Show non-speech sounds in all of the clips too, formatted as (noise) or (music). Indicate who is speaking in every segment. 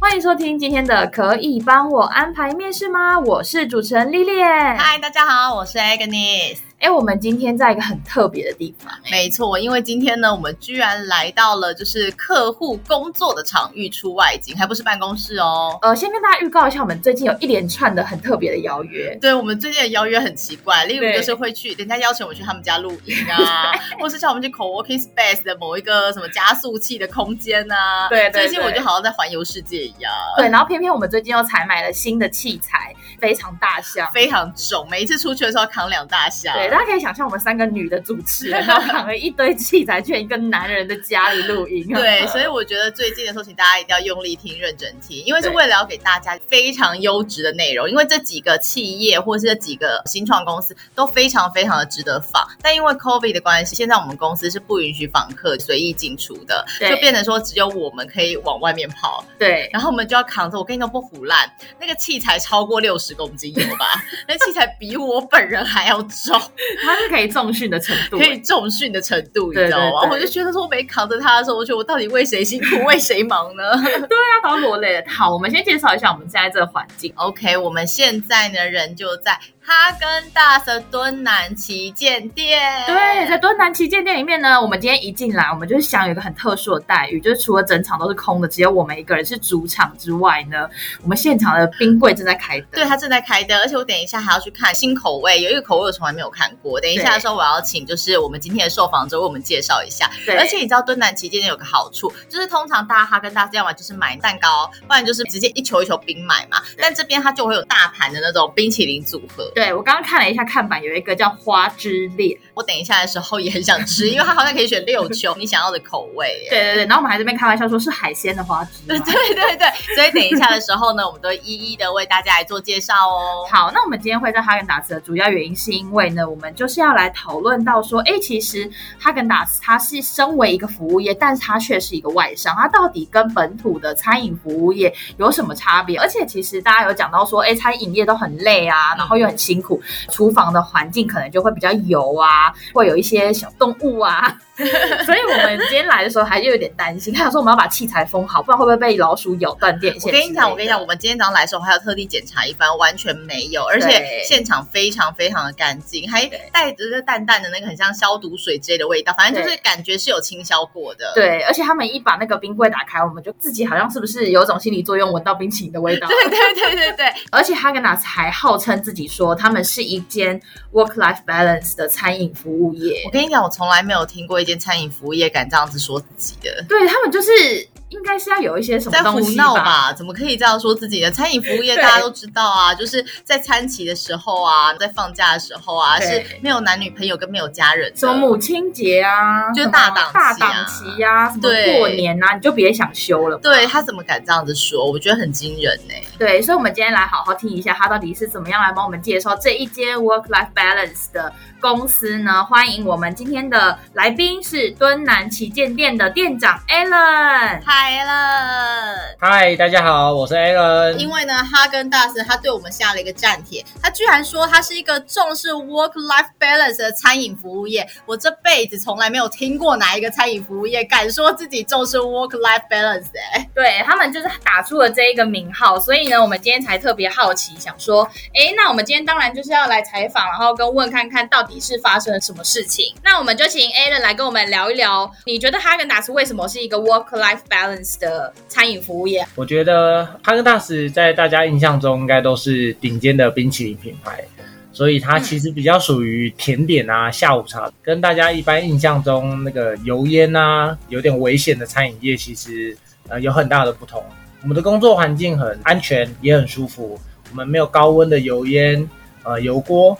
Speaker 1: 欢迎收听今天的《可以帮我安排面试吗》？我是主持人丽丽。哎，
Speaker 2: 嗨，大家好，我是 Agnes。
Speaker 1: 我们今天在一个很特别的地方，
Speaker 2: 没错，因为今天呢，我们居然来到了就是客户工作的场域出外景，还不是办公室哦。
Speaker 1: 呃，先跟大家预告一下，我们最近有一连串的很特别的邀约。
Speaker 2: 对我们最近的邀约很奇怪，例如
Speaker 1: 对
Speaker 2: 就是会去人家邀请我去他们家露营
Speaker 1: (laughs)
Speaker 2: 啊，或是叫我们去 co-working space 的某一个什么加速器的空间啊。
Speaker 1: 对对
Speaker 2: 最近我
Speaker 1: 对
Speaker 2: 就好像在环游世界一样。
Speaker 1: 对，然后偏偏我们最近又采买了新的器材，非常大箱。
Speaker 2: 非常重，每一次出去的时候要扛两大箱。
Speaker 1: 对，大家可以想象我们三个女的主持
Speaker 2: (laughs)
Speaker 1: 人，然后扛了一堆器材去一个男人的家里录 (laughs) 音。啊
Speaker 2: 对，所以我觉得最近的时候，请大家一定要用力听、认真听，因为是
Speaker 1: 对
Speaker 2: 为了要给大家非常优质的内容。因为这几个企业或是这几个新创公司都非常非常的值得放，但因为 COVID 的关系，现在我们公司是不允许访客随意进出的，
Speaker 1: 对
Speaker 2: 就变成说只有我们可以往外面跑，
Speaker 1: 对，
Speaker 2: 然后我们就要扛着。我跟你说不胡烂，那个器材超过六十公斤有吧？ (laughs) 那器材比我本人还要重。
Speaker 1: 它是可以重训的程度。
Speaker 2: 可以重训的程度，你
Speaker 1: 对
Speaker 2: 知道吗？
Speaker 1: 对对
Speaker 2: 我就觉得说，我每扛着他的时候，我觉得我到底为谁辛苦， (laughs) 为谁忙呢
Speaker 1: 大家都落泪了。好，我们先介绍一下我们现在这个环境。
Speaker 2: ？OK，我们现在呢，人就在哈根达斯敦南旗舰店。
Speaker 1: 对，在敦南旗舰店里面呢，我们今天一进来，我们就是享有一个很特殊的待遇，就是除了整场都是空的，只有我们一个人是主场之外呢，我们现场的冰柜正在开灯。
Speaker 2: 对，它正在开灯，而且我等一下还要去看新口味，有一个口味我从来没有看过。等一下的时候，我要请就是我们今天的受访者为我们介绍一下。
Speaker 1: 对，
Speaker 2: 而且你知道敦南旗舰店有个好处，就是通常大家哈根达斯要么就是买蛋糕，不然就是直接一球一球冰买嘛。但这边它就会有大盘的那种冰淇淋组合，
Speaker 1: 对我刚刚看了一下看板，有一个叫花之恋。
Speaker 2: 我等一下的时候也很想吃，因为它好像可以选六球你想要的口味耶。
Speaker 1: 对对对，然后我们还在那边开玩笑说是海鲜的花枝。对
Speaker 2: 对对对，所以等一下的时候呢，我们都一一的为大家来做介绍哦。
Speaker 1: 好，那我们今天会在哈根达斯的主要原因是因为呢，我们就是要来讨论到说，哎，其实哈根达斯它是身为一个服务业，但是它却是一个外商，它到底跟本土的餐饮服务业有什么差别？而且其实大家有讲到说，哎，餐饮业都很累啊，然后又很辛苦，厨房的环境可能就会比较油啊，会有一些小动物啊。 (laughs) 所以我们今天来的时候还是有点担心，他想说我们要把器材封好，不然会不会被老鼠咬断电线之
Speaker 2: 我
Speaker 1: 类的？
Speaker 2: 跟你讲，我跟你讲，我们今天早上来的时候，我还有特地检查一番，完全没有，而且现场非常非常的干净，还带着这淡淡的那个很像消毒水之类的味道，反正就是感觉是有清消过的。
Speaker 1: 对，而且他们一把那个冰柜打开，我们就自己好像是不是有种心理作用，闻到冰淇淋的味道。
Speaker 2: (laughs) (laughs) 对对对对对，
Speaker 1: 而且哈根达斯还号称自己说他们是一间 work life balance 的餐饮服务业
Speaker 2: 我，跟你讲，我从来没有听过一间餐饮服务业敢这样子说自己的。
Speaker 1: 对他们就是应该是要有一些什么
Speaker 2: 在胡
Speaker 1: 东西
Speaker 2: 闹？吧？怎么可以这样说自己的餐饮服务业？
Speaker 1: 对
Speaker 2: 大家都知道啊，就是在餐期的时候啊，在放假的时候啊，
Speaker 1: 对
Speaker 2: 是没有男女朋友跟没有家人的
Speaker 1: 什么母亲节啊，
Speaker 2: 就是
Speaker 1: 什么
Speaker 2: 大档期啊
Speaker 1: 大档期呀、什么
Speaker 2: 对
Speaker 1: 过年啊，你就别想休了嘛。
Speaker 2: 对他怎么敢这样子说？我觉得很惊人欸呢、
Speaker 1: 对，所以我们今天来好好听一下，他到底是怎么样来帮我们介绍这一间 work life balance 的公司呢？欢迎我们今天的来宾是敦南旗舰店的店长 Alan。
Speaker 2: 嗨了。
Speaker 3: 嗨，大家好，我是 Alan。
Speaker 2: 因为呢，哈根达斯他对我们下了一个战帖，他居然说他是一个重视 work life balance 的餐饮服务业。我这辈子从来没有听过哪一个餐饮服务业敢说自己重视 work life balance 哎、
Speaker 1: 对他们就是打出了这一个名号，所以呢，我们今天才特别好奇，想说，哎，那我们今天当然就是要来采访，然后跟问看看到底是发生了什么事情。那我们就请 Alan 来跟我们聊一聊，你觉得哈根达斯为什么是一个 work life balance 的餐饮服务业？
Speaker 3: 我觉得哈根达斯在大家印象中应该都是顶尖的冰淇淋品牌，所以它其实比较属于甜点啊、下午茶，跟大家一般印象中那个油烟啊、有点危险的餐饮业其实呃有很大的不同。我们的工作环境很安全，也很舒服，我们没有高温的油烟、呃油锅，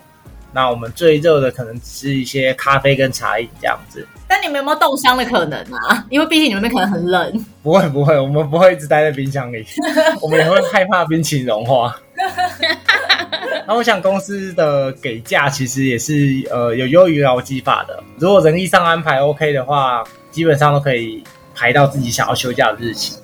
Speaker 3: 那我们最热的可能只是一些咖啡跟茶饮这样子。
Speaker 2: 但你们有没有冻伤的可能啊？因为毕竟你们那边可能很冷。
Speaker 3: 不会不会，我们不会一直待在冰箱里，我们也会害怕冰淇淋融化。那我想公司的给价其实也是呃有优于劳基法的，如果人力上安排 OK 的话，基本上都可以排到自己想要休假的日期。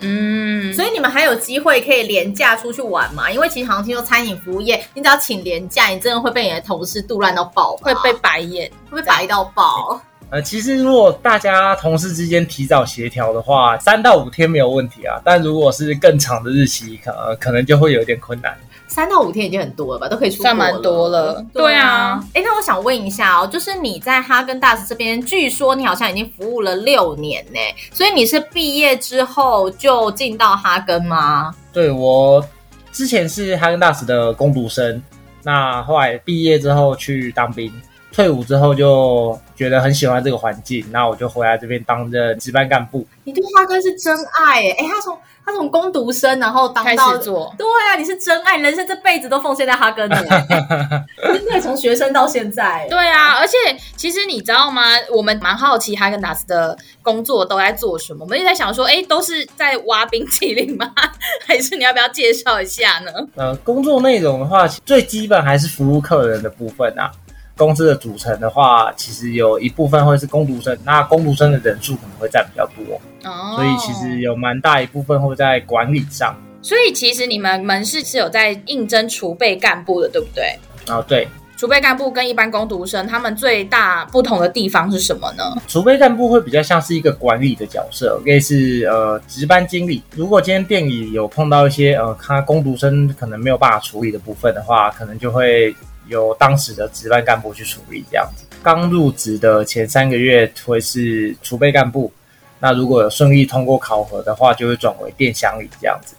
Speaker 4: 嗯，
Speaker 2: 所以你们还有机会可以廉价出去玩嘛？因为其实好像听说餐饮服务业，你只要请廉价，你真的会被你的同事杜烂到爆吧，
Speaker 1: 会被白眼。
Speaker 2: 会被白到爆。
Speaker 3: 呃，其实如果大家同事之间提早协调的话，三到五天没有问题啊。但如果是更长的日期，可、呃、可能就会有点困难。
Speaker 2: 三到五天已经很多了吧，都可以出国
Speaker 1: 算蛮多了对啊。
Speaker 2: 哎、那我想问一下哦，就是你在哈根达斯这边，据说你好像已经服务了六年呢，所以你是毕业之后就进到哈根吗？
Speaker 3: 对我之前是哈根达斯的攻读生，那后来毕业之后去当兵，退伍之后就觉得很喜欢这个环境，那我就回来这边担任值班干部。
Speaker 2: 你对哈根是真爱哎，哎，他从他从攻读生，然后当
Speaker 1: 开
Speaker 2: 到
Speaker 1: 始做，
Speaker 2: 对啊，你是真爱，人生这辈子都奉献在哈根的， (laughs) 真的从学生到现在。
Speaker 1: 对啊，而且其实你知道吗？我们蛮好奇哈根达斯的工作都在做什么，我们就在想说，哎，都是在挖冰淇淋吗？ (laughs) 还是你要不要介绍一下呢？
Speaker 3: 呃，工作内容的话，最基本还是服务客人的部分啊。公司的组成的话，其实有一部分会是工读生，那工读生的人数可能会占比较多，
Speaker 1: 哦，
Speaker 3: 所以其实有蛮大一部分会在管理上
Speaker 1: 所以其实你们门市是有在应征储备干部的，对不对？
Speaker 3: 啊。对，
Speaker 1: 储备干部跟一般工读生他们最大不同的地方是什么呢？
Speaker 3: 储备干部会比较像是一个管理的角色，类似呃值班经理。如果今天店里有碰到一些呃他工读生可能没有办法处理的部分的话，可能就会由当时的值班干部去处理这样子。刚入职的前三个月会是储备干部，那如果有顺利通过考核的话，就会转为店乡里这样子。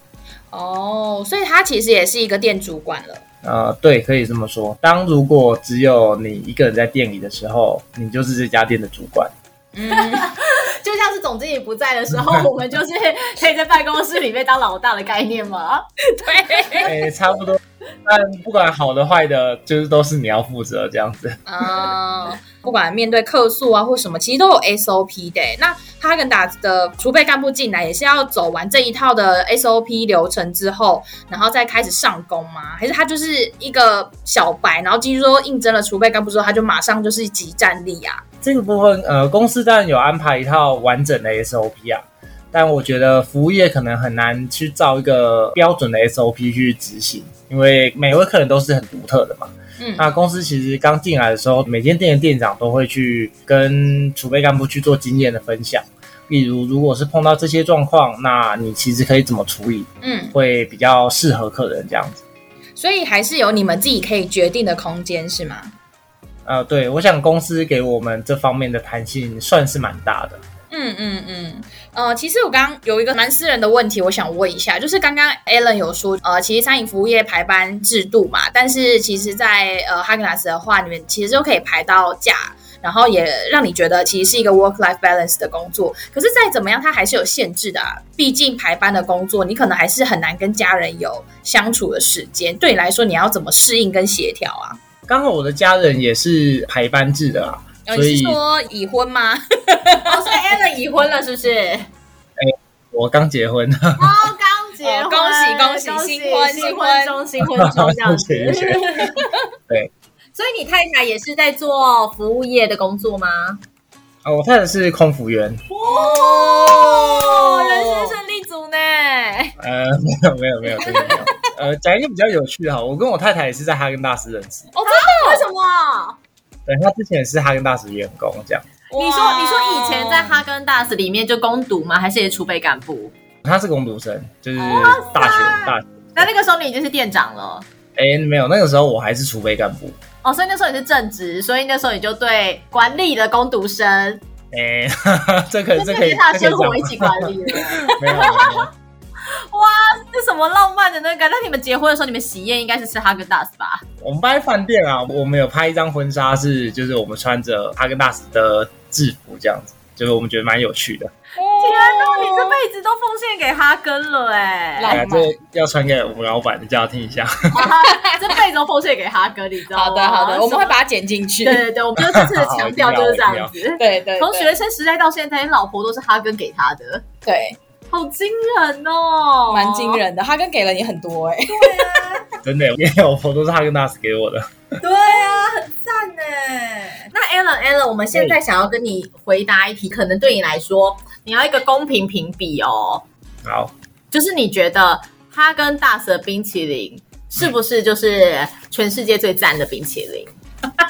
Speaker 1: 哦，所以他其实也是一个店主管了。
Speaker 3: 呃，对，可以这么说。当如果只有你一个人在店里的时候，你就是这家店的主管。
Speaker 1: 嗯，
Speaker 2: 就像是总经理不在的时 (laughs) 候，我们就是可以在办公室里面当老大的概念吗？
Speaker 1: 对，
Speaker 3: 哎、差不多。但不管好的坏的，就是都是你要负责这样子。 (laughs)
Speaker 1: 啊、不管面对客诉啊或什么，其实都有 SOP 的欸。那哈根达斯的储备干部进来也是要走完这一套的 SOP 流程之后，然后再开始上工吗？还是他就是一个小白，然后进去说应征了储备干部之后，他就马上就是集战力啊？
Speaker 3: 这个部分，呃，公司当然有安排一套完整的 SOP 啊，但我觉得服务业可能很难去照一个标准的 SOP 去执行，因为每位客人都是很独特的嘛。
Speaker 1: 嗯
Speaker 3: 那公司其实刚进来的时候，每间店的店长都会去跟储备干部去做经验的分享。例如，如果是碰到这些状况，那你其实可以怎么处理，
Speaker 1: 嗯，
Speaker 3: 会比较适合客人这样子。
Speaker 1: 所以还是有你们自己可以决定的空间是吗？
Speaker 3: 呃，对，我想公司给我们这方面的弹性算是蛮大的。
Speaker 1: 嗯嗯嗯，呃，其实我刚刚有一个蛮私人的问题，我想问一下，就是刚刚 Alan 有说，呃，其实餐饮服务业排班制度嘛，但是其实在，呃哈根达斯的话，你们其实就可以排到假，然后也让你觉得其实是一个 work life balance 的工作。可是再怎么样，它还是有限制的、啊，毕竟排班的工作，你可能还是很难跟家人有相处的时间。对你来说，你要怎么适应跟协调啊？
Speaker 3: 刚好我的家人也是排班制的啊，
Speaker 1: 呃、
Speaker 3: 所
Speaker 1: 你
Speaker 3: 以
Speaker 1: 是说已婚吗？
Speaker 2: 哦，所以 Allen 已婚了，是不是？
Speaker 3: 我刚结婚， (laughs)
Speaker 2: 哦，刚结婚，
Speaker 1: 哦恭喜恭喜新婚
Speaker 2: 新
Speaker 1: 新婚
Speaker 2: 婚中，新婚中这样子
Speaker 3: (laughs) 谢谢。对，
Speaker 2: (laughs) 所以你太太也是在做服务业的工作吗？
Speaker 3: 呃，我太太是空服员，
Speaker 2: 哦，人生胜利组呢？
Speaker 3: 呃，没有没有没有，真的没有。呃，讲一个比较有趣的哈，我跟我太太也是在哈根达斯认识，
Speaker 2: (laughs) 为什么？
Speaker 3: 对，她之前也是哈根达斯员工这样，
Speaker 2: 你说
Speaker 1: 哇
Speaker 2: 你说以前在哈根达斯里面就攻读吗？还是也是储备干部？
Speaker 3: 她是工读生，就是大学大学，
Speaker 2: 那那个时候你已经是店长了。
Speaker 3: 哎，没有，那个时候我还是储备干部，
Speaker 2: 哦，所以那时候你是正职，所以那时候你就对管理的攻读生，
Speaker 3: 哎， (laughs) 哈哈这个这可以，
Speaker 2: 跟他的
Speaker 3: 这可以
Speaker 2: 生活
Speaker 3: 讲
Speaker 2: 一
Speaker 3: 吗
Speaker 2: 起管理了。
Speaker 3: 没有没有。没有
Speaker 2: 哇，这什么浪漫的那个？那你们结婚的时候，你们喜宴应该是吃哈根达斯吧？
Speaker 3: 我们拍饭店啊，我们有拍一张婚纱是，就是我们穿着哈根达斯的制服这样子，就是我们觉得蛮有趣的。
Speaker 2: 天哪，你这辈子都奉献给哈根了哎、 (laughs)
Speaker 1: 浪漫
Speaker 3: 哎呀，这要传给我们老板，你叫他听一下。 (laughs)
Speaker 2: 这辈子都奉献给哈根，你知道吗？
Speaker 1: 好的哦好的，我们会把它剪进去。。
Speaker 2: 对对对，我们就这次的强调就是这样子
Speaker 1: 对对，
Speaker 2: 从学生时代到现在，你老婆都是哈根给他的，
Speaker 1: 对，
Speaker 2: 好惊人哦，
Speaker 1: 蛮惊。人的。他跟给了你很多哎、
Speaker 3: 真的， (laughs) 因为我婆都是哈根达斯给我的。
Speaker 2: 对啊，很赞呢。那 Alan Alan，我们现在想要跟你回答一题，可能对你来说，你要一个公平评比哦。
Speaker 3: 好，
Speaker 2: 就是你觉得哈根达斯的冰淇淋是不是就是全世界最赞的冰淇淋？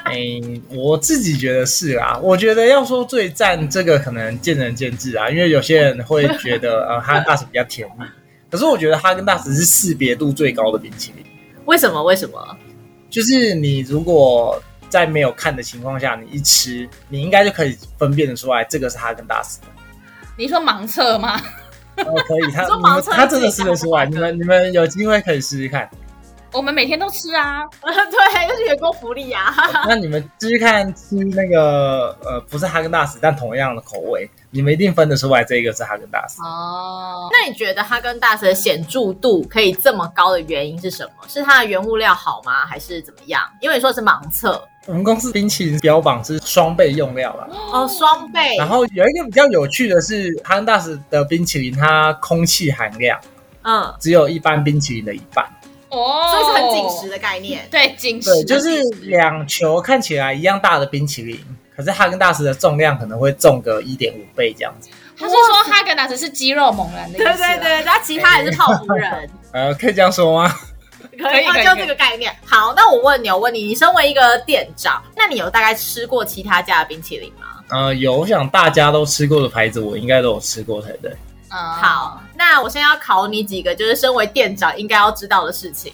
Speaker 3: 诶、哎我自己觉得是啊，我觉得要说最赞这个可能见仁见智啊，因为有些人会觉得呃哈根达斯比较甜蜜，可是我觉得哈根达斯是识别度最高的冰淇淋，
Speaker 2: 为什么？为什么？
Speaker 3: 就是你如果在没有看的情况下，你一吃，你应该就可以分辨得出来这个是哈根达斯的。
Speaker 2: (laughs)
Speaker 1: 你说盲测吗？
Speaker 3: 哦，可以，他
Speaker 2: 你说
Speaker 3: 你们
Speaker 2: 盲测
Speaker 3: 他真的
Speaker 2: 自己
Speaker 3: 试得出来，
Speaker 2: 看
Speaker 3: 你
Speaker 2: 得
Speaker 3: 们你们有机会可以试试
Speaker 2: (laughs)
Speaker 3: 看。
Speaker 1: 我们每天都吃啊，
Speaker 2: 对，就是员工福利啊。
Speaker 3: 那你们试试看吃那个呃，不是哈根达斯，但同样的口味，你们一定分得出来这个是哈根达斯。
Speaker 1: 哦，
Speaker 2: 那你觉得哈根达斯的显著度可以这么高的原因是什么？是它的原物料好吗，还是怎么样？因为你说是盲测
Speaker 3: 我们公司冰淇淋标榜是双倍用料啦，
Speaker 2: 哦，双倍，
Speaker 3: 然后有一个比较有趣的是，哈根达斯的冰淇淋它空气含量
Speaker 2: 嗯，
Speaker 3: 只有一般冰淇淋的一半，
Speaker 1: 哦，
Speaker 2: 所以是很紧实，的概念。
Speaker 1: 对，紧实，
Speaker 3: (laughs) 对，就是两球看起来一样大的冰淇淋，可是哈根达斯的重量可能会重个一点五倍这样子。
Speaker 1: 他是说哈根达斯是肌肉猛男的意
Speaker 2: 对
Speaker 1: 思啊，
Speaker 2: 对对，然后其他也是泡芙人，
Speaker 3: 呃，可以这样说吗？
Speaker 2: 可以
Speaker 1: 可以
Speaker 2: 就
Speaker 1: 可以
Speaker 2: 这个概念。好，那我问你，我问你，你身为一个店长，那你有大概吃过其他家的冰淇淋吗？
Speaker 3: 呃，有，我想大家都吃过的牌子，我应该都有吃过才对。
Speaker 1: 嗯，
Speaker 2: 好，那我现在要考你几个，就是身为店长应该要知道的事情，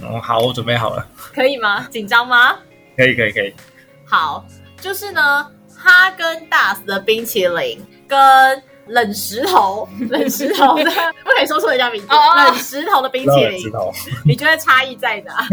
Speaker 3: 嗯，好，我准备好了，
Speaker 2: 可以
Speaker 1: (laughs)
Speaker 2: 吗？紧张吗？
Speaker 3: 可以，可以，可以。
Speaker 2: 好，就是呢，哈根达斯的冰淇淋跟冷石
Speaker 1: (laughs)
Speaker 2: 头，冷石头 (laughs) 的不可以说出人家名字，
Speaker 1: 哦哦
Speaker 2: 冷石头的冰淇
Speaker 3: 知
Speaker 2: 淋，
Speaker 3: 道。
Speaker 2: 你觉得差异在
Speaker 3: (laughs)
Speaker 2: 哪？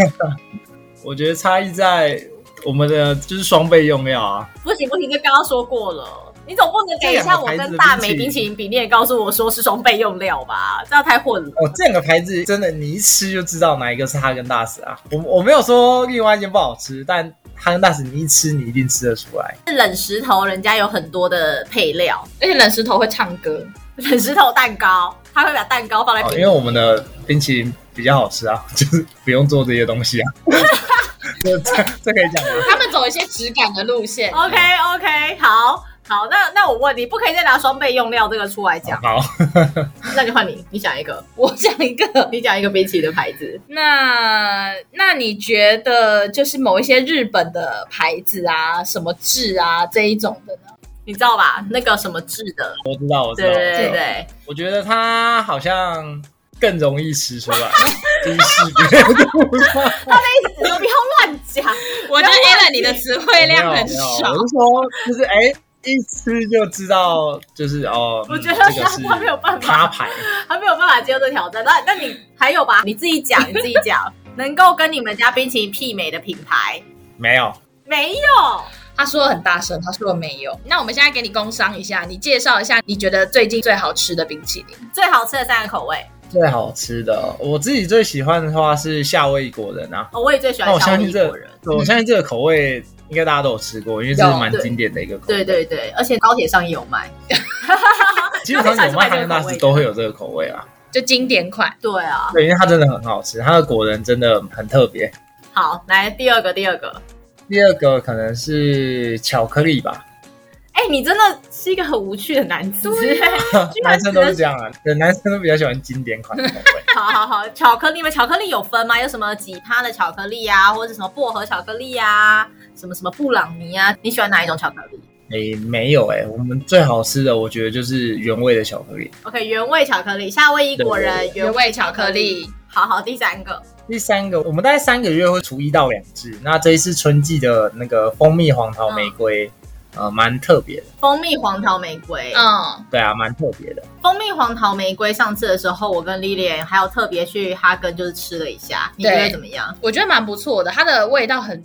Speaker 3: 我觉得差异在我们的就是双倍用料啊，
Speaker 2: 不行不行，这刚刚说过了。你总不能等一
Speaker 3: 这两
Speaker 2: 下
Speaker 3: 个
Speaker 2: 我
Speaker 3: 牌子
Speaker 2: 跟
Speaker 3: 的
Speaker 2: 大
Speaker 3: 冰淇
Speaker 2: 美
Speaker 3: 淋
Speaker 2: 冰淇淋比，你也告诉我说是双倍用料吧？这样太混了。
Speaker 3: 哦，这两个牌子真的你一吃就知道哪一个是哈根达斯啊。我我没有说另外一间不好吃，但哈根达斯你一吃你一定吃得出来。
Speaker 2: 冷石头人家有很多的配料，
Speaker 1: 而且冷石头会唱歌，
Speaker 2: 冷石头蛋糕，他会把蛋糕放在
Speaker 3: 哦，
Speaker 2: 冰
Speaker 3: 因为我们的冰淇淋比较好吃啊， (laughs) 就是不用做这些
Speaker 2: (laughs)
Speaker 3: 东西啊。这这这可以讲吗？
Speaker 1: 他们走一些质感的路线。
Speaker 2: OK OK，好好，那那我问你，不可以再拿双倍用料这个出来讲，
Speaker 3: 好，
Speaker 2: 那就换你，你讲一个，
Speaker 1: 我讲一个，
Speaker 2: 你讲一个冰淇淋的牌子。
Speaker 1: 那那你觉得就是某一些日本的牌子啊，什么智啊这一种的呢？
Speaker 2: 你知道吧？那个什么制的，
Speaker 3: 我知道，我知
Speaker 2: 对
Speaker 3: 道，我
Speaker 2: 对
Speaker 3: 知
Speaker 2: 对
Speaker 3: 道。
Speaker 2: 对，
Speaker 3: 我觉得它好像更容易吃出来，就是视觉度
Speaker 2: (laughs)
Speaker 3: 上。
Speaker 2: 不要乱讲。
Speaker 1: 我觉得 Alan 你的词汇量很少
Speaker 3: 没有没有，我是说，就是哎、一吃就知道，就是哦，
Speaker 2: 我
Speaker 3: 嗯
Speaker 2: 觉得
Speaker 3: 这个
Speaker 2: 他
Speaker 3: 是
Speaker 2: 他没有办法
Speaker 3: 他牌，
Speaker 2: 他没有办法接受这挑战。那那你还有吧？你自己
Speaker 3: (laughs)
Speaker 2: 讲，你自己讲，能够跟你们家冰淇淋媲美的品牌
Speaker 3: 没有。
Speaker 2: 没有？
Speaker 1: 他说的很大声，他说的没有。那我们现在给你工商一下，你介绍一下你觉得最近最好吃的冰淇淋。
Speaker 2: 最好吃的三个口味，
Speaker 3: 最好吃的，我自己最喜欢的话是夏威夷果仁啊。
Speaker 2: 哦我也最喜
Speaker 3: 那
Speaker 2: 欢
Speaker 3: 我
Speaker 2: 夏
Speaker 3: 相
Speaker 2: 威
Speaker 3: 信
Speaker 2: 夷
Speaker 3: 这
Speaker 2: 果
Speaker 3: 个
Speaker 2: 仁。，
Speaker 3: 我相信这个口味应该大家都有吃过，因为这是蛮经典的一个口味。
Speaker 2: 对，对对，而且高铁上也有卖。
Speaker 3: 基本上有卖哈根达斯都会有这个口味啊。
Speaker 1: 就经典款，
Speaker 2: 对啊，
Speaker 3: 对，因为它真的很好吃，它的果仁真的很特别。
Speaker 2: 好，来第二个，第二个。
Speaker 3: 第二个可能是巧克力吧，
Speaker 2: 哎、你真的是一个很无趣的男子。对、 (laughs) 居然
Speaker 3: (laughs) 男生都是这样啊，对，男生都比较喜欢经典款的口味。
Speaker 2: (laughs) 好好好，巧克力你们巧克力有分吗？有什么几趴的巧克力啊，或者什么薄荷巧克力啊，什么什么布朗尼啊？你喜欢哪一种巧克力
Speaker 3: 诶、没有欸诶、我们最好吃的我觉得就是原味的巧克力。
Speaker 2: ？OK，原味巧克力，夏威夷果仁，
Speaker 1: 哦原味巧克力。
Speaker 2: 好好，第三个，
Speaker 3: 第三个，我们大概三个月会出一到两支。那这一次春季的那个蜂蜜黄
Speaker 2: 嗯
Speaker 3: 桃玫瑰，呃，蛮特别的。
Speaker 2: 蜂蜜黄桃玫瑰。
Speaker 1: 嗯，
Speaker 3: 对啊，蛮特别的。
Speaker 2: 蜂蜜黄桃玫瑰，上次的时候我跟 Lilian 还有特别去哈根就是吃了一下，你觉得
Speaker 1: 对
Speaker 2: 怎么样？
Speaker 1: 我觉得蛮不错的，它的味道很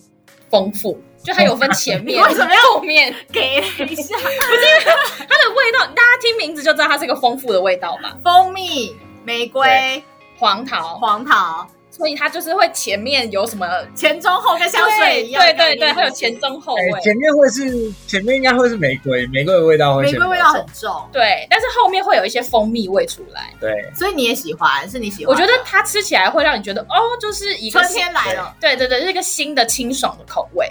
Speaker 1: 丰富，就它有分前面、
Speaker 2: 为什么要
Speaker 1: 后面，
Speaker 2: 给了一 (laughs) 下
Speaker 1: 它的味道大家听名字就知道它是一个丰富的味道吧。
Speaker 2: 蜂蜜、玫瑰、
Speaker 1: 黄桃，
Speaker 2: 黄桃。
Speaker 1: 所以它就是会前面有什么
Speaker 2: 前中后跟香水一样的
Speaker 1: 对
Speaker 2: 概
Speaker 1: 对
Speaker 2: 念，
Speaker 1: 对，会有前中后
Speaker 3: 哎、
Speaker 1: 味。
Speaker 3: 前面会是前面应该会是玫瑰，玫瑰的味道会
Speaker 2: 玫
Speaker 3: 先
Speaker 2: 瑰味
Speaker 3: 比较
Speaker 2: 道
Speaker 3: 重
Speaker 2: 很重，
Speaker 1: 对，但是后面会有一些蜂蜜味出来，
Speaker 3: 对，
Speaker 2: 所以你也喜欢，是你喜欢
Speaker 1: 我
Speaker 2: 的。
Speaker 1: 觉得它吃起来会让你觉得哦，就是一个
Speaker 2: 春，天来了，
Speaker 1: 对对对，是一个新的清爽的口味。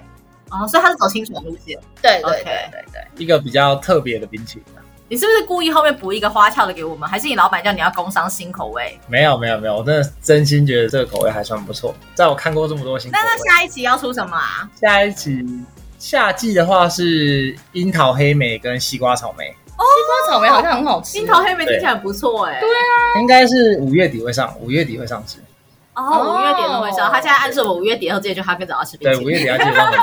Speaker 2: 哦，所以它是走清爽路线。
Speaker 1: 对对
Speaker 2: OK
Speaker 1: 对对对，
Speaker 3: 一个比较特别的冰淇淋。啊
Speaker 2: 你是不是故意后面补一个花俏的给我们？还是你老板叫你要工商新口味？
Speaker 3: 没有没有没有，我真的真心觉得这个口味还算不错，在我看过这么多新口
Speaker 2: 那
Speaker 3: 味。
Speaker 2: 那下一期要出什么啊？
Speaker 3: 下一期夏季的话是樱桃黑莓跟西瓜草莓，
Speaker 1: 花草莓好像很好吃。
Speaker 2: 樱桃黑莓听起来很不错哎、
Speaker 1: 对
Speaker 3: 应该是五月底会上，五月底会上市。
Speaker 2: 哦，五月底都会上，
Speaker 1: 哦
Speaker 2: 他现在暗示我五月底后这就他更早要吃冰
Speaker 3: 对，
Speaker 2: 淇
Speaker 3: 五月
Speaker 2: 淋。
Speaker 3: 底要记得上市。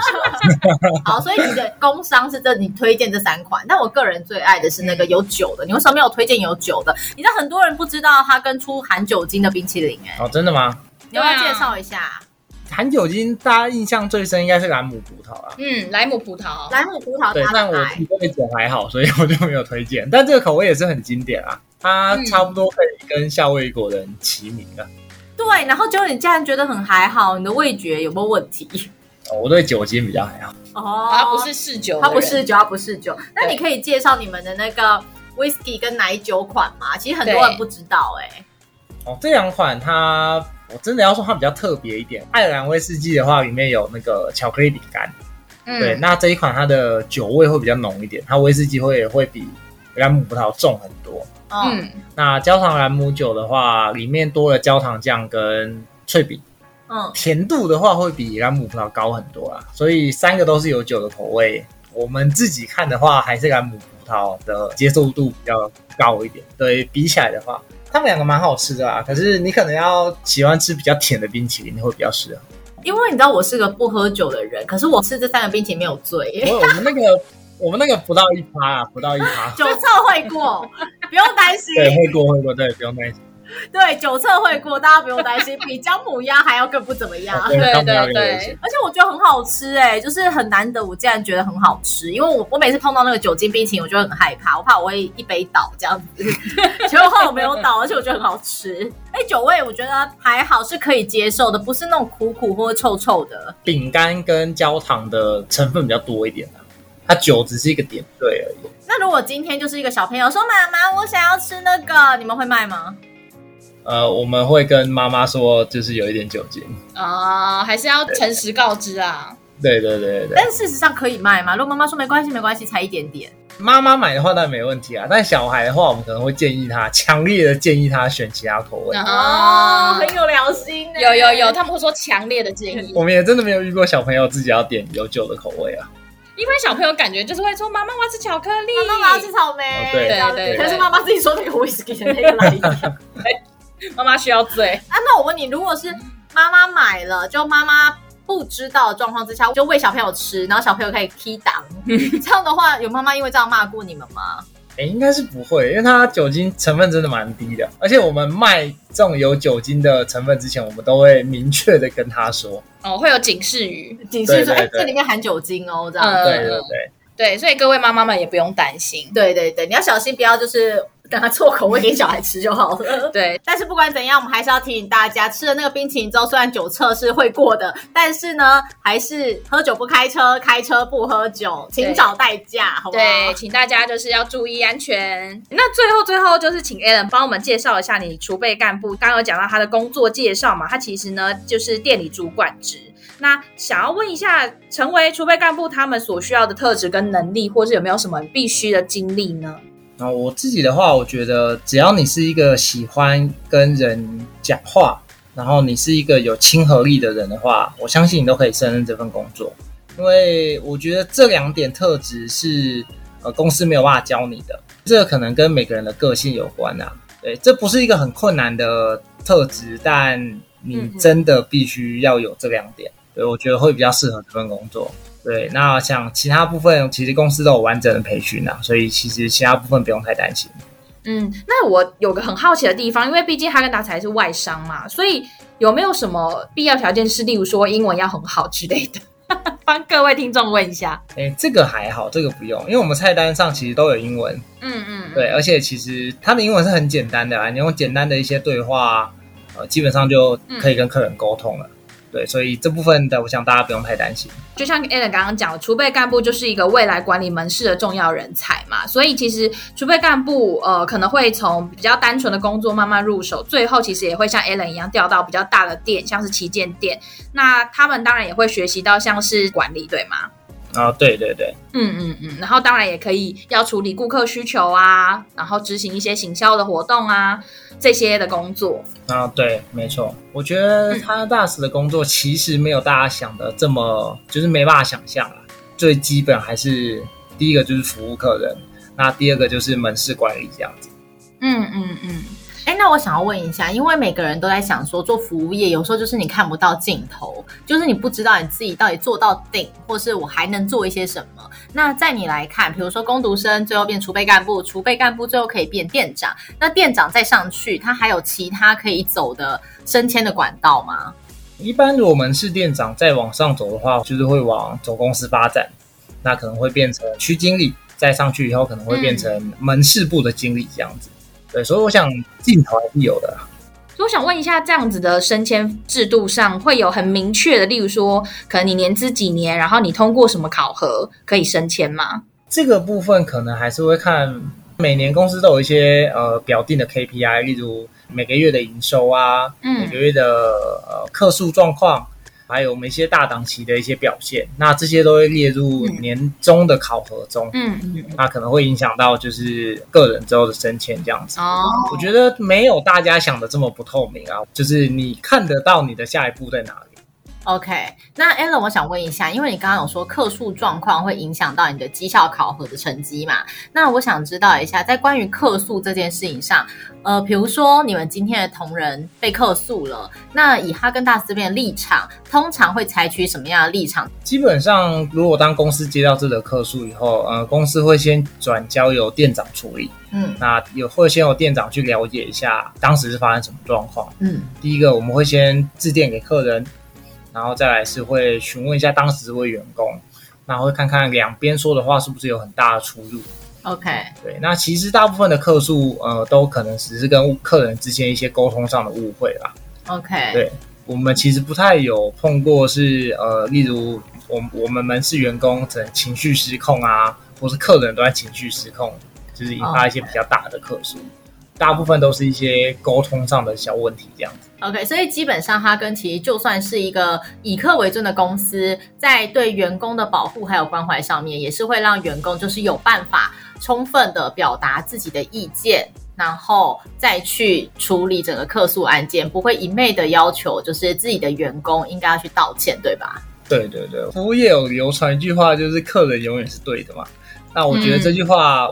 Speaker 2: 好，哦所以你的工商是这你推荐这三款，但我个人最爱的是那个有酒的。你为什么没有推荐有酒的？你知道很多人不知道它跟出含酒精的冰淇淋哎、
Speaker 3: 哦，真的吗？
Speaker 2: 你要不要
Speaker 1: 对啊
Speaker 2: 介绍一下？
Speaker 3: 含酒精，大家印象最深应该是蓝姆葡萄啦。
Speaker 1: 嗯，莱姆葡萄，
Speaker 2: 莱姆葡萄
Speaker 3: 对，
Speaker 2: 大
Speaker 3: 但我
Speaker 2: 奶
Speaker 3: 自己对酒还好，所以我就没有推荐。但这个口味也是很经典啊，它差不多可以跟夏威夷果仁齐名啊了。
Speaker 2: 对，然后结果你竟然觉得很还好，你的味觉有没有问题？
Speaker 3: 哦我对酒精比较还好。
Speaker 2: 哦，
Speaker 1: 它不是嗜酒，
Speaker 2: 它不是。酒，它不是酒。那你可以介绍你们的那个 whisky 跟奶酒款吗？其实很多人不知道哎、
Speaker 3: 哦，这两款它，我真的要说它比较特别一点。爱尔兰威士忌的话，里面有那个巧克力饼干，对，
Speaker 1: 嗯，
Speaker 3: 那这一款它的酒味会比较浓一点，它威士忌会会比蓝姆葡萄重很多。
Speaker 2: 嗯，
Speaker 1: 嗯，
Speaker 3: 那焦糖蓝姆酒的话，里面多了焦糖酱跟脆饼，
Speaker 2: 嗯，
Speaker 3: 甜度的话会比蓝姆葡萄高很多啊。所以三个都是有酒的口味。我们自己看的话，还是蓝姆葡萄的接受度比较高一点。对比起来的话，它们两个蛮好吃的啊。可是你可能要喜欢吃比较甜的冰淇淋会比较适合。
Speaker 2: 因为你知道我是个不喝酒的人，可是我吃这三个冰淇淋没有醉、欸，
Speaker 3: 我我们那个我们那个不到一趴啊，不到一趴。
Speaker 2: 酒测会过，不用担心。
Speaker 3: 对，会过会过，对，不用担心。
Speaker 2: 对，酒测会过，大家不用担心，比姜母鸭还要更不怎么样。
Speaker 1: 嗯
Speaker 3: 对
Speaker 1: 对
Speaker 3: 当然要
Speaker 1: 对
Speaker 3: 有一些
Speaker 1: 对，
Speaker 2: 而且我觉得很好吃哎、就是很难得，我竟然觉得很好吃，因为我我每次碰到那个酒精冰淇淋，我就很害怕，我怕我会一杯倒这样子。 (laughs) 结果后来我没有倒，而且我觉得很好吃。哎、酒味我觉得还好，是可以接受的，不是那种苦苦或者臭臭的。
Speaker 3: 饼干跟焦糖的成分比较多一点啊，它酒只是一个点缀而已。
Speaker 2: 那如果今天就是一个小朋友说妈妈，我想要吃那个，你们会卖吗？
Speaker 3: 呃，我们会跟妈妈说，就是有一点酒精。
Speaker 1: 啊，还是要诚实告知啊。
Speaker 3: 对对对对对，
Speaker 2: 但事实上可以卖吗？如果妈妈说没关系，没关系，才一点点。
Speaker 3: 妈妈买的话当然没问题啊，但小孩的话，我们可能会建议他，强烈的建议他选其他口味。
Speaker 1: 啊
Speaker 2: 哦有良心欸
Speaker 1: 有有有，他们会说强烈的建议，
Speaker 3: 我们也真的没有遇过小朋友自己要点有酒的口味啊。
Speaker 1: 因为小朋友感觉就是会说妈妈我要吃巧克力，
Speaker 2: 妈妈要吃草莓，
Speaker 3: 哦对
Speaker 2: 这样子
Speaker 1: 对对对
Speaker 2: 可是妈妈自己说那个 whisky 的那个来源。
Speaker 1: 妈妈需要醉，
Speaker 2: 啊，那我问你，如果是妈妈买了，就妈妈不知道的状况之下，就喂小朋友吃，然后小朋友可以 key
Speaker 1: (laughs)
Speaker 2: 档，这样的话，有妈妈因为这样骂过你们吗？
Speaker 3: 哎，应该是不会，因为它酒精成分真的蛮低的，而且我们卖这种有酒精的成分之前，我们都会明确的跟他说。
Speaker 1: 哦，会有警示语。
Speaker 2: 警示说，
Speaker 3: 对对
Speaker 2: 哎、
Speaker 3: 对
Speaker 2: 这里面含酒精哦，这样。
Speaker 1: 嗯
Speaker 3: 对对对。
Speaker 1: 对，所以各位妈妈们也不用担心。
Speaker 2: 对对对，你要小心，不要就是让他错口味给小孩吃就好了。 (laughs)
Speaker 1: 对，
Speaker 2: 但是不管怎样，我们还是要提醒大家，吃了那个冰淇淋之后，虽然酒测是会过的，但是呢，还是喝酒不开车，开车不喝酒，请
Speaker 1: 对
Speaker 2: 找代驾，好不啊好？
Speaker 1: 对，请大家就是要注意安全。那最后最后就是请 Alan 帮我们介绍一下你储备干部，刚刚有讲到他的工作介绍嘛，他其实呢就是店里主管职。那想要问一下，成为储备干部他们所需要的特质跟能力，或是有没有什么必须的经历呢？
Speaker 3: 然后我自己的话，我觉得只要你是一个喜欢跟人讲话，然后你是一个有亲和力的人的话，我相信你都可以胜任这份工作。因为我觉得这两点特质是呃公司没有办法教你的，这个可能跟每个人的个性有关啊。对，这不是一个很困难的特质，但你
Speaker 1: 嗯嗯
Speaker 3: 真的必须要有这两点。对，我觉得会比较适合这份工作。对，那像其他部分，其实公司都有完整的培训啊，所以其实其他部分不用太担心。
Speaker 1: 嗯，那我有个很好奇的地方，因为毕竟哈根达斯还是外商嘛，所以有没有什么必要条件是，例如说英文要很好之类的？ (laughs) 帮各位听众问一下。
Speaker 3: 哎，这个还好，这个不用，因为我们菜单上其实都有英文，
Speaker 1: 嗯嗯，
Speaker 3: 对，而且其实它的英文是很简单的啊，你用简单的一些对话，呃，基本上就可以跟客人沟通了。对，所以这部分的，我想大家不用太担心。
Speaker 1: 就像 Alan 刚刚讲的，储备干部就是一个未来管理门市的重要人才嘛，所以其实储备干部呃可能会从比较单纯的工作慢慢入手，最后其实也会像 Alan 一样调到比较大的店，像是旗舰店。那他们当然也会学习到像是管理，对吗？
Speaker 3: 啊，对对对，
Speaker 1: 嗯嗯嗯，然后当然也可以要处理顾客需求啊，然后执行一些行销的活动啊这些的工作。
Speaker 3: 啊，对，没错。我觉得他大使的工作其实没有大家想的这么，就是没办法想象啦。最基本还是第一个就是服务客人，那第二个就是门市管理这样子。
Speaker 1: 嗯嗯嗯，
Speaker 2: 哎，那我想要问一下，因为每个人都在想说做服务业，有时候就是你看不到尽头，就是你不知道你自己到底做到顶，或是我还能做一些什么。那在你来看，比如说工读生最后变储备干部，储备干部最后可以变店长，那店长再上去，他还有其他可以走的升迁的管道吗？
Speaker 3: 一般如果门市店长再往上走的话，就是会往总公司发展，那可能会变成区经理，再上去以后可能会变成门市部的经理这样子。对，所以我想尽头还是有的啦。
Speaker 1: 所以我想问一下，这样子的升迁制度上会有很明确的，例如说，可能你年资几年，然后你通过什么考核可以升迁吗？
Speaker 3: 这个部分可能还是会看每年公司都有一些呃表定的 KPI，例如每个月的营收啊，
Speaker 1: 嗯
Speaker 3: 每个月的呃客数状况，还有我们一些大档期的一些表现，那这些都会列入
Speaker 1: 嗯
Speaker 3: 年终的考核中，
Speaker 1: 嗯嗯，
Speaker 3: 那可能会影响到就是个人之后的升迁这样子。
Speaker 1: 哦，
Speaker 3: 我觉得没有大家想的这么不透明啊，就是你看得到你的下一步在哪里。
Speaker 2: OK，那 Alan，我想问一下，因为你刚刚有说客数状况会影响到你的绩效考核的成绩嘛？那我想知道一下，在关于客诉这件事情上，呃，比如说你们今天的同仁被客诉了，那以哈根达斯这边的立场，通常会采取什么样的立场？
Speaker 3: 基本上，如果当公司接到这则客诉以后，呃，公司会先转交由店长处理。
Speaker 2: 嗯
Speaker 3: 那有会先由店长去了解一下当时是发生什么状况。
Speaker 2: 嗯
Speaker 3: 第一个，我们会先致电给客人，然后再来是会询问一下当时这位员工，然后会看看两边说的话是不是有很大的出入。
Speaker 2: ，OK，
Speaker 3: 对，那其实大部分的客诉，呃，都可能只是跟客人之间一些沟通上的误会啦。
Speaker 2: OK，
Speaker 3: 对我们其实不太有碰过是呃，例如我们我们门市员工可能情绪失控啊，或是客人都在情绪失控，就是引发一些比较大的客诉。大部分都是一些沟通上的小问题，这样子。
Speaker 2: OK，所以基本上哈根其实就算是一个以客为尊的公司，在对员工的保护还有关怀上面，也是会让员工就是有办法充分的表达自己的意见，然后再去处理整个客诉案件，不会一昧的要求就是自己的员工应该要去道歉，对吧？
Speaker 3: 对对对，服务业有流传一句话，就是客人永远是对的嘛。那我觉得这句话、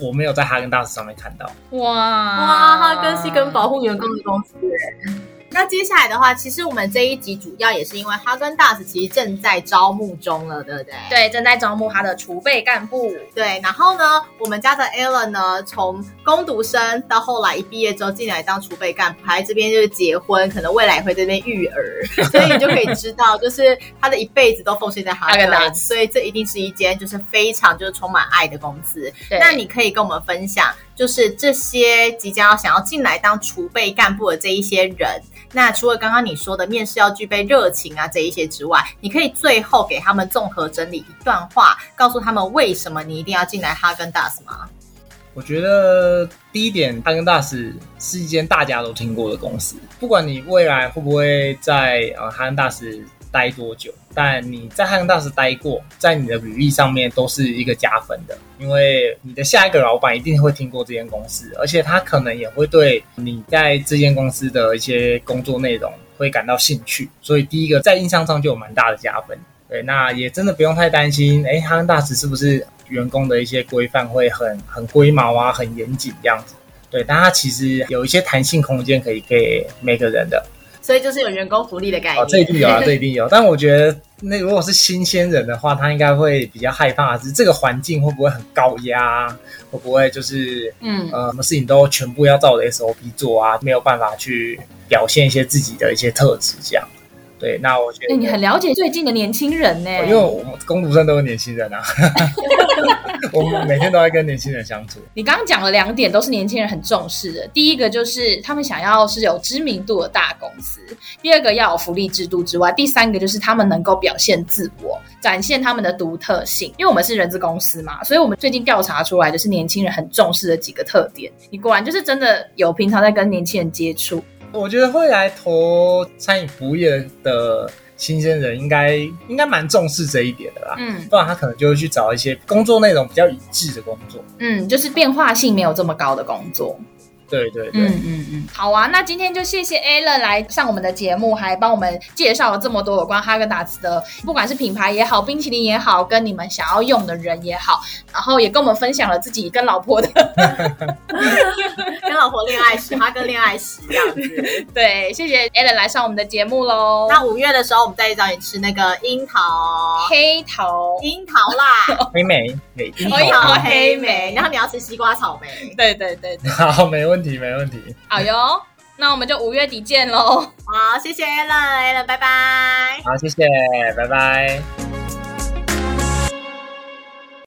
Speaker 3: 我没有在哈根达斯上面看到。
Speaker 1: 哇哇
Speaker 2: 哇，哈根是一个保护员工的公司耶。啊嗯那接下来的话，其实我们这一集主要也是因为哈根达斯其实正在招募中了，对不对？
Speaker 1: 对正在招募他的储备干部，
Speaker 2: 对，然后呢，我们家的 Alan 呢，从攻读生到后来一毕业之后进来当储备干部，还在这边就是结婚，可能未来也会这边育儿， (laughs) 所以你就可以知道，就是他的一辈子都奉献在哈
Speaker 1: 哈根
Speaker 2: 根达
Speaker 1: 达
Speaker 2: 斯，所以这一定是一间就是非常就是充满爱的公司。
Speaker 1: 对
Speaker 2: 那你可以跟我们分享，就是这些即将要想要进来当储备干部的这一些人，那除了刚刚你说的面试要具备热情啊这一些之外，你可以最后给他们综合整理一段话，告诉他们为什么你一定要进来哈根达斯吗？
Speaker 3: 我觉得第一点，哈根达斯是一间大家都听过的公司，不管你未来会不会在呃哈根达斯待多久，但你在哈根达斯待过，在你的履历上面都是一个加分的，因为你的下一个老板一定会听过这间公司，而且他可能也会对你在这间公司的一些工作内容会感到兴趣，所以第一个在印象上就有蛮大的加分。对，那也真的不用太担心，哎，哈根达斯是不是员工的一些规范会很很龟毛啊，很严谨这样子？对，但它其实有一些弹性空间可以给每个人的。
Speaker 2: 所以就是有员工福利的概念。
Speaker 3: 哦，这一定有啊，这一定有。但我觉得，那如果是新鲜人的话，他应该会比较害怕，是这个环境会不会很高压啊？会不会就是
Speaker 1: 嗯
Speaker 3: 呃，什么事情都全部要照着 SOP 做啊？没有办法去表现一些自己的一些特质这样。对，那我觉得
Speaker 1: 哎你很了解最近的年轻人呢、 (laughs)
Speaker 3: 因为我们工读生都是年轻人啊， (laughs) 我们每天都在跟年轻人相处。
Speaker 1: 你刚刚讲了两点，都是年轻人很重视的。第一个就是他们想要是有知名度的大公司，第二个要有福利制度之外，第三个就是他们能够表现自我，展现他们的独特性。因为我们是人资公司嘛，所以我们最近调查出来就是年轻人很重视的几个特点。你果然就是真的有平常在跟年轻人接触，
Speaker 3: 我觉得会来投餐饮服务业的新鲜人应该应该蛮重视这一点的啦。
Speaker 1: 嗯
Speaker 3: 不然他可能就会去找一些工作内容比较一致的工作。
Speaker 1: 嗯，就是变化性没有这么高的工作。
Speaker 3: 对对对，
Speaker 1: 嗯嗯嗯，好啊，那今天就谢谢 Alan 来上我们的节目，还帮我们介绍了这么多有关哈根达斯的，不管是品牌也好，冰淇淋也好，跟你们想要用的人也好，然后也跟我们分享了自己跟老婆的
Speaker 2: 跟老婆恋爱史，他跟恋爱史这样子。
Speaker 3: (laughs)
Speaker 1: 对，谢谢 Alan 来上我们的节目喽。
Speaker 2: 那五月的时候，我们再找你吃那个樱桃，
Speaker 1: 黑桃，
Speaker 2: 樱桃啦，
Speaker 3: 美美美 (laughs) 樱
Speaker 1: 哦樱
Speaker 2: 樱
Speaker 1: 桃
Speaker 2: 桃
Speaker 3: 桃，
Speaker 2: 黑莓，然后你要吃西瓜草莓。
Speaker 1: 对对对对，
Speaker 3: (laughs) 好，没问题没问题。
Speaker 1: 好哟，那我们就五月底见喽。
Speaker 2: 好，谢谢 Alan，Alan，拜拜。
Speaker 3: 好，谢谢，拜拜。